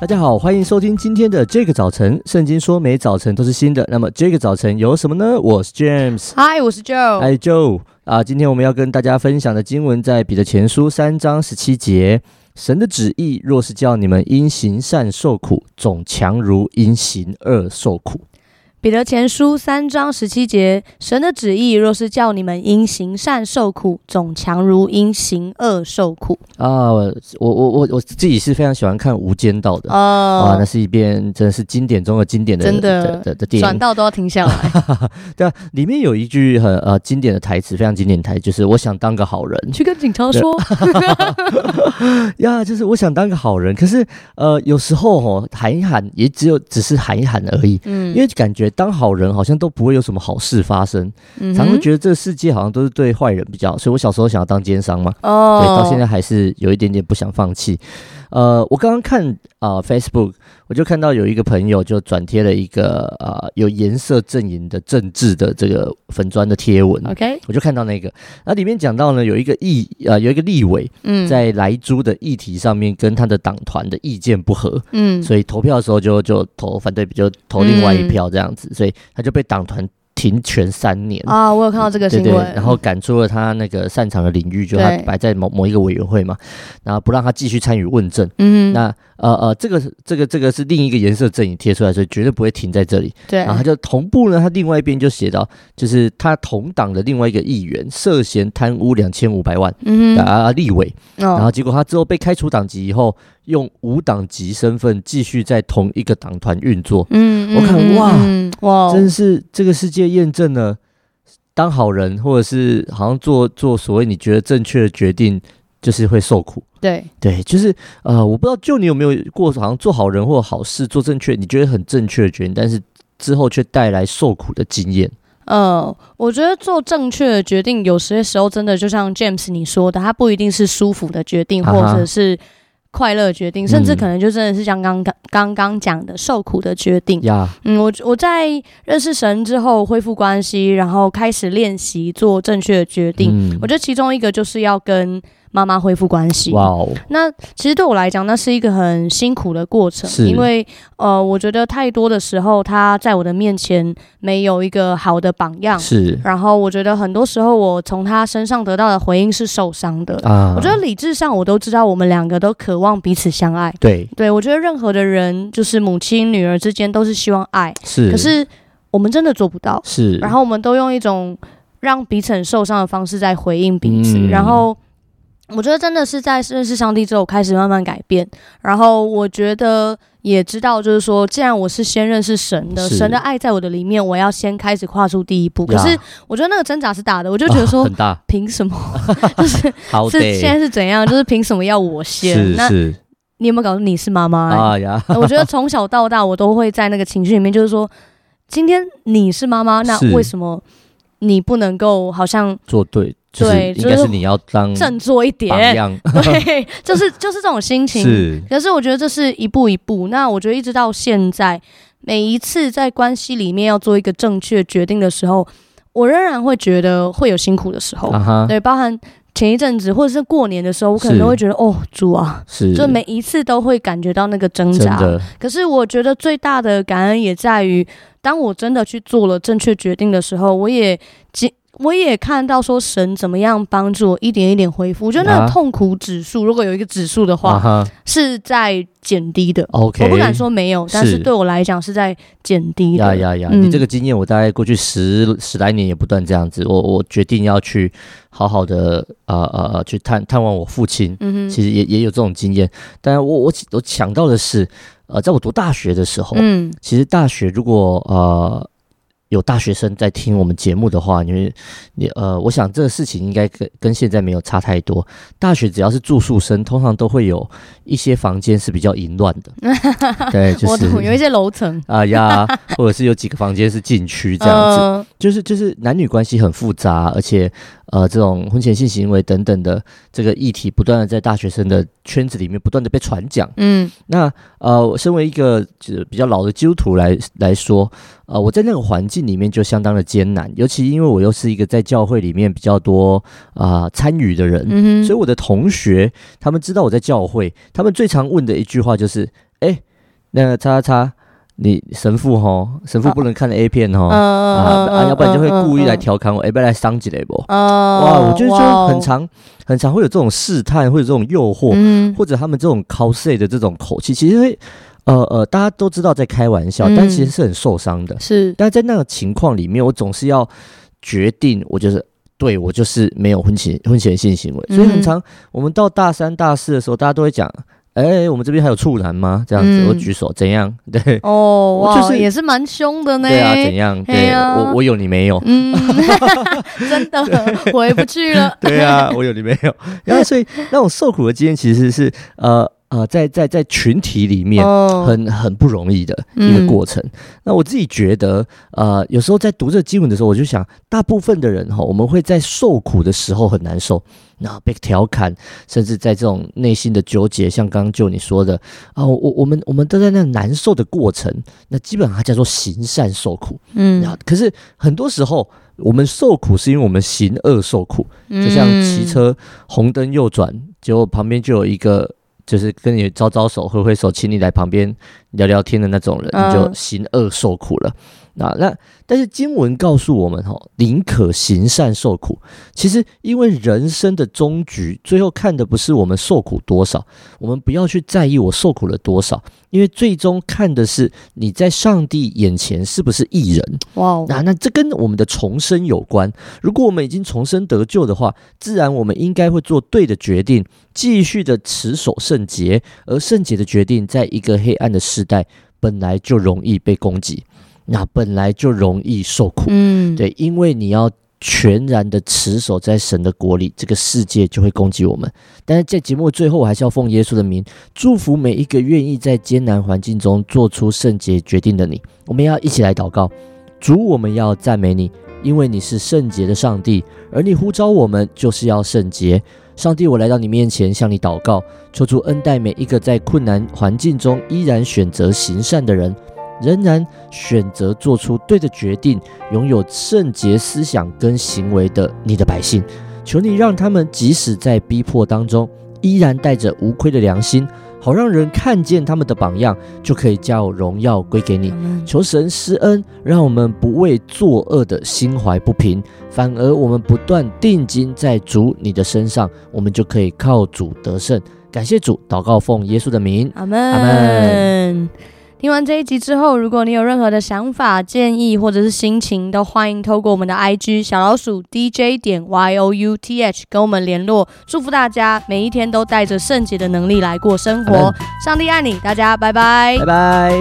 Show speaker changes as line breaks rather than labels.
大家好，欢迎收听今天的这个早晨。圣经说每早晨都是新的，那么这个早晨有什么呢？我是 James，
嗨，我是 Joe。
嗨 Joe 啊，今天我们要跟大家分享的经文在彼得前书三章十七节。神的旨意若是叫你们因行善受苦，总强如因行恶受苦。
彼得前书三章十七节：神的旨意若是叫你们因行善受苦，总强如因行恶受苦。
啊，我我我我自己是非常喜欢看《无间道》的。啊，
哦
那，是一遍真的是经典中的经典的
真的
的的的电
转
影。
到都要停 下来。
对啊，里面有一句很呃经典的台词，非常经典的台词，就是我想当个好人
去跟警察说，
呀就是我想当个好人。可是呃，有时候哦喊一喊，也只有只是喊一喊而已，
嗯
因为感觉当好人好像都不会有什么好事发生，
嗯
常
哼
会觉得这个世界好像都是对坏人比较好。所以我小时候想要当奸商嘛，
哦，
对，到现在还是有一点点不想放弃。呃，我刚刚看啊、呃 Facebook，我就看到有一个朋友就转贴了一个呃有颜色阵营的政治的这个粉砖的贴文。
OK，
我就看到那个，那里面讲到呢，有一个议呃，有一个立委
嗯，
在莱猪的议题上面跟他的党团的意见不合，
嗯，
所以投票的时候就就投反对，就投另外一票这样
嗯
子，所以他就被党团停权三年。
啊，我有看到这个
对
新
对，
闻，
然后赶出了他那个擅长的领域，就他
对
摆在某某一个委员会嘛，然后不让他继续参与问政。
嗯，
那呃呃，这个是这个这个是另一个颜色阵营贴出来，所以绝对不会停在这里。
对
然后他就同步呢，他另外一边就写到，就是他同党的另外一个议员涉嫌贪污两千五百万
嗯哼，
啊、立委，然后
哦，
结果他之后被开除党籍以后，用无党籍身份继续在同一个党团运作，
嗯，
我看
嗯
哇
嗯哇，
真是这个世界验证了当好人，或者是好像做做所谓你觉得正确的决定，就是会受苦。
对，
对，就是呃，我不知道就你有没有过，好像做好人或好事做正确，你觉得很正确的决定，但是之后却带来受苦的经验。
嗯，我觉得做正确的决定，有些时候真的就像 James 你说的，它不一定是舒服的决定，
啊哈
或者是快乐的决定，甚至
嗯
可能就真的是像刚刚刚刚讲的受苦的决定。
呀，
嗯，我我在认识神之后恢复关系，然后开始练习做正确的决定。
嗯
我觉得其中一个就是要跟妈妈恢复关系。
哇哦，
那其实对我来讲，那是一个很辛苦的过程，
是
因为呃，我觉得太多的时候，他在我的面前没有一个好的榜样，
是
然后我觉得很多时候我从他身上得到的回应是受伤的。
啊，
我觉得理智上我都知道，我们两个都渴望彼此相爱。
对，
对我觉得任何的人，就是母亲、女儿之间都是希望爱，
是，
可是我们真的做不到。
是，
然后我们都用一种让彼此很受伤的方式在回应彼此，
嗯
然后。我觉得真的是在认识上帝之后，我开始慢慢改变。然后我觉得也知道，就是说，既然我是先认识神的，
是
神的爱在我的里面，我要先开始跨出第一步。可
呀
是我觉得那个挣扎是大的，我就觉得 说
很，大，
凭什么？ 就是
好
是
的，
现在是怎样？就是凭什么要我先？
是
那
是
你有没有搞错？你是妈妈欸？
啊呀，
我觉得从小到大，我都会在那个情绪里面，就是说，今天你是妈妈，那
是嗯
为什么你不能够好像
做对，就是
对
应
就
该
是
是你要当
振作一点
榜？样，
对，就是就是这种心情。
是
可是我觉得这是一步一步。那我觉得一直到现在，每一次在关系里面要做一个正确决定的时候，我仍然会觉得会有辛苦的时候。
啊哈，
哦对，包含前一阵子或者是过年的时候，我可能
是
都会觉得哦，主啊，
是，
就每一次都会感觉到那个挣
真
扎。
的
可是我觉得最大的感恩也在于，当我真的去做了正确决定的时候，我也经我也看到说神怎么样帮助我一点一点恢复。我觉得那
啊
个痛苦指数，如果有一个指数的
啊
话，
哈
是在减低的。
，OK，
我不敢说没有，但是
是
对我来讲是在减低
呀
的。
呀呀！
嗯
你这个经验，我大概过去十十来年也不断这样子。我我决定要去好好的呃呃呃去探探望我父亲，
嗯
其
哼，
实也也有这种经验。但我我我想到的是，呃，在我读大学的时候，
嗯，
其实大学如果呃有大学生在听我们节目的话，你会你呃，我想这个事情应该跟跟现在没有差太多。大学只要是住宿生，通常都会有一些房间是比较淫乱 的，对，就
我
是
懂，有一些楼层
啊呀，或者是有几个房间是禁区这样子，
子。
就是就是男女关系很复杂，而且呃这种婚前性行为等等的这个议题，不断的在大学生的圈子里面不断的被传讲。
嗯
那呃，我身为一个就是比较老的基督徒来来说，呃，我在那个环境里面就相当的艰难，尤其因为我又是一个在教会里面比较多啊、参与的人，
嗯哼，
所以我的同学他们知道我在教会，他们最常问的一句话就是：“哎、那个叉叉叉，你神父吼，神父不能看 A 片吼，
嗯
啊
嗯
啊，
嗯，
要不然就会故意来
嗯。
调侃我，哎，不要来伤几雷不？
嗯
哇，我觉得就很，
哇
常很常会有这种试探，会有这种诱惑，
嗯
或者他们这种 cosy 的这种口气，其实会，呃呃，大家都知道在开玩笑，
嗯
但其实是很受伤的。
是
但在那个情况里面，我总是要决定，我就是对我就是没有婚前婚前性行为，所以很
嗯
常、我们到大三大四的时候，大家都会讲，哎、我们这边还有处男吗？这样子，
嗯
我举手怎样？ 对。
哦，
我
哇，
就是
也是蛮凶的呢。
对啊，怎样？
哎
对、
呀
我，我有你没有？
嗯，真的回不去了。
对啊，我有你没有？然后所以那种受苦的经验其实是呃呃，在在在群体里面
哦，
很很不容易的一个过程。那我自己觉得，呃，有时候在读这个经文的时候，我就想，大部分的人哈，我们会在受苦的时候很难受，然后被调侃，甚至在这种内心的纠结，像刚刚就你说的啊，我我们我们都在那难受的过程，那基本上它叫做行善受苦。然后
嗯，
可是很多时候。我们受苦是因为我们行恶受苦，就像
嗯
骑车红灯右转，结果旁边就有一个就是跟你招招手、挥挥手，请你来旁边聊聊天的那种人，
嗯
你就行恶受苦了。那那但是经文告诉我们吼，宁可行善受苦。其实因为人生的终局，最后看的不是我们受苦多少，我们不要去在意我受苦了多少，因为最终看的是你在上帝眼前是不是艺人。
嗯。哇哦，
那那这跟我们的重生有关。如果我们已经重生得救的话，自然我们应该会做对的决定，继续的持守圣洁。而圣洁的决定，在一个黑暗的时代，本来就容易被攻击，那本来就容易受苦。
嗯，
对，因为你要全然的持守在神的国里，这个世界就会攻击我们。但是在节目的最后，我还是要奉耶稣的名祝福每一个愿意在艰难环境中做出圣洁决定的你。我们要一起来祷告，主，我们要赞美你，因为你是圣洁的上帝，而你呼召我们就是要圣洁。上帝，我来到你面前向你祷告，求主恩待每一个在困难环境中依然选择行善的人，仍然选择做出对的决定，拥有圣洁思想跟行为的你的百姓，求你让他们即使在逼迫当中，依然带着无愧的良心，好让人看见他们的榜样，就可以将荣耀归给你。
嗯
求神施恩，让我们不为作恶的心怀不平，反而我们不断定睛在主你的身上，我们就可以靠主得胜。感谢主，祷告奉耶稣的名。
阿门。听完这一集之后，如果你有任何的想法、建议或者是心情，都欢迎透过我们的 IG 小老鼠 DJ 点 Y O U T H 跟我们联络。祝福大家每一天都带着圣洁的能力来过生活
阿门。
上帝爱你，大家拜拜
拜拜。